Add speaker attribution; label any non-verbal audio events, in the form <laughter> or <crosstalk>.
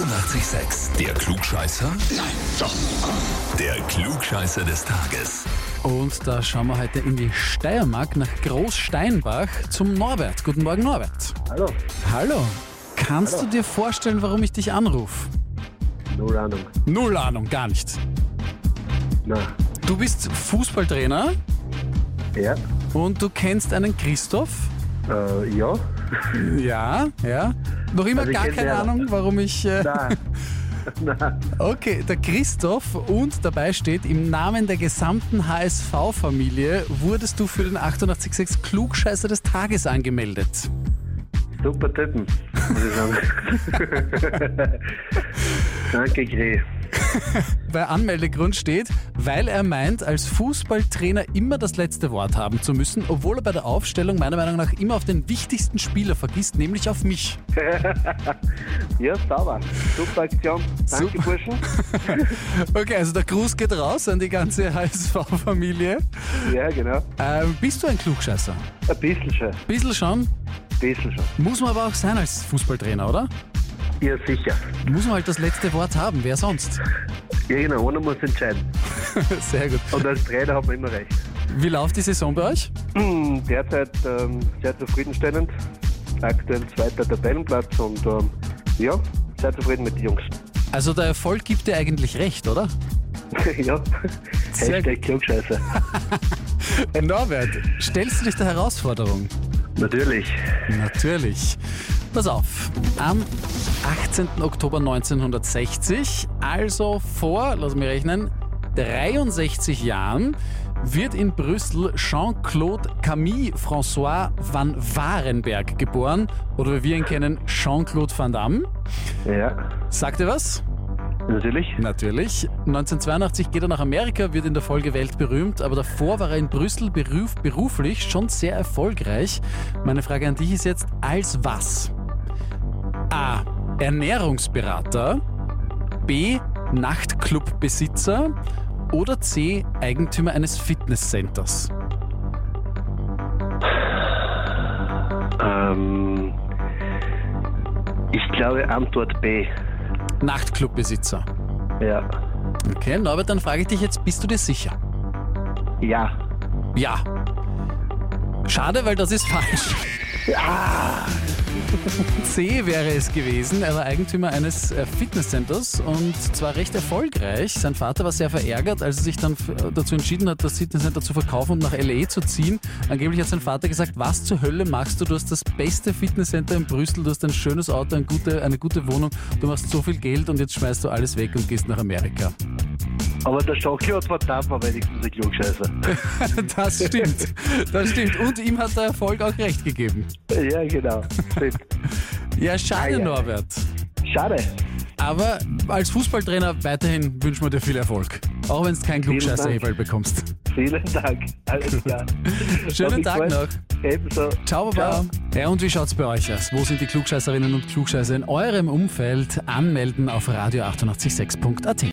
Speaker 1: 886, der Klugscheißer? Nein, doch. Der Klugscheißer des Tages.
Speaker 2: Und da schauen wir heute in die Steiermark nach Großsteinbach zum Norbert. Guten Morgen, Norbert.
Speaker 3: Hallo,
Speaker 2: Hallo. Kannst du dir vorstellen, warum ich dich anrufe?
Speaker 3: null Ahnung.
Speaker 2: Null Ahnung, gar nichts.
Speaker 3: Na,
Speaker 2: Du bist Fußballtrainer
Speaker 3: ja,
Speaker 2: und du kennst einen Christoph.
Speaker 3: äh, ja,
Speaker 2: Ja, ja. Noch immer
Speaker 3: Also ich
Speaker 2: gar
Speaker 3: kenn
Speaker 2: keine
Speaker 3: mehrere.
Speaker 2: Ahnung, warum ich. Äh,
Speaker 3: na, na,
Speaker 2: Okay, der Christoph und dabei steht, im Namen der gesamten HSV-Familie wurdest du für den 886 Klugscheißer des Tages angemeldet.
Speaker 3: super Typen, muss ich <laughs> sagen. Danke, Gre.
Speaker 2: Bei Anmeldegrund steht, weil er meint, als Fußballtrainer immer das letzte Wort haben zu müssen, obwohl er bei der Aufstellung meiner Meinung nach immer auf den wichtigsten Spieler vergisst, nämlich auf mich.
Speaker 3: Ja, sauber. Super Aktion. Danke,
Speaker 2: Super.
Speaker 3: Burschen.
Speaker 2: Okay, also der Gruß geht raus an die ganze <laughs> HSV-Familie.
Speaker 3: Ja, genau.
Speaker 2: Ähm, bist du ein Klugscheißer?
Speaker 3: Ein bisschen schon.
Speaker 2: Bissl schon.
Speaker 3: Ein bisschen schon.
Speaker 2: Muss man aber auch sein als Fußballtrainer, oder?
Speaker 3: Ja, sicher.
Speaker 2: Muss man halt das letzte Wort haben, wer sonst? <laughs>
Speaker 3: Ja, genau. Einer muss entscheiden.
Speaker 2: Sehr gut.
Speaker 3: Und als Trainer hat man immer recht.
Speaker 2: Wie läuft die Saison bei euch?
Speaker 3: Hm, Derzeit ähm, sehr zufriedenstellend. Aktuell zweiter Tabellenplatz und ähm, ja, sehr zufrieden mit den Jungs. <laughs>
Speaker 2: Also der Erfolg gibt dir eigentlich recht, oder?
Speaker 3: ja,
Speaker 2: Sehr
Speaker 3: Hashtag Klugscheiße.
Speaker 2: Norbert, stellst du dich der Herausforderung?
Speaker 3: Natürlich.
Speaker 2: Natürlich. Pass auf, am 18. Oktober 1960, also vor, lass mich rechnen, 63 Jahren, wird in Brüssel Jean-Claude Camille François van Warenberg geboren, oder wie wir ihn kennen, Jean-Claude Van Damme.
Speaker 3: Ja,
Speaker 2: Sagt ihr was?
Speaker 3: natürlich.
Speaker 2: Natürlich. 1982 geht er nach Amerika, wird in der Folge weltberühmt, aber davor war er in Brüssel beruf, beruflich schon sehr erfolgreich. Meine Frage an dich ist jetzt, als was? A. Ernährungsberater, B. Nachtclubbesitzer oder C. Eigentümer eines Fitnesscenters.
Speaker 3: Ähm, ich glaube Antwort B.
Speaker 2: Nachtclubbesitzer.
Speaker 3: Ja.
Speaker 2: Okay, Norbert, dann frage ich dich jetzt, bist du dir sicher?
Speaker 3: Ja.
Speaker 2: Ja. Schade, weil das ist falsch. C wäre es gewesen. Er war Eigentümer eines äh, Fitnesscenters und zwar recht erfolgreich. Sein Vater war sehr verärgert, als er sich dann f- äh, dazu entschieden hat, das Fitnesscenter zu verkaufen und nach LA zu ziehen. Angeblich hat sein Vater gesagt, was zur Hölle machst du? Du hast das beste Fitnesscenter in Brüssel, du hast ein schönes Auto, ein gute, eine gute Wohnung, du machst so viel Geld und jetzt schmeißt du alles weg und gehst nach Amerika. <laughs>
Speaker 3: Aber der Schocki hat verdammt war wenigstens ein Klugscheißer. <laughs>
Speaker 2: Das stimmt. Das stimmt. Und ihm hat der Erfolg auch recht gegeben.
Speaker 3: ja, genau. Stimmt.
Speaker 2: Ja, schade,
Speaker 3: Ei, ei, ei.
Speaker 2: Norbert.
Speaker 3: Schade.
Speaker 2: Aber als Fußballtrainer weiterhin wünschen wir dir viel Erfolg. Auch wenn du keinen Klugscheißer-Hebel bekommst.
Speaker 3: Vielen Dank. Alles klar.
Speaker 2: Schönen
Speaker 3: Hat mich
Speaker 2: Tag
Speaker 3: gefreut.
Speaker 2: noch.
Speaker 3: Ebenso.
Speaker 2: Ciao, Baba. Ja, und wie schaut's bei euch aus? Wo sind die Klugscheißerinnen und Klugscheißer in eurem Umfeld? Anmelden auf radio886.at.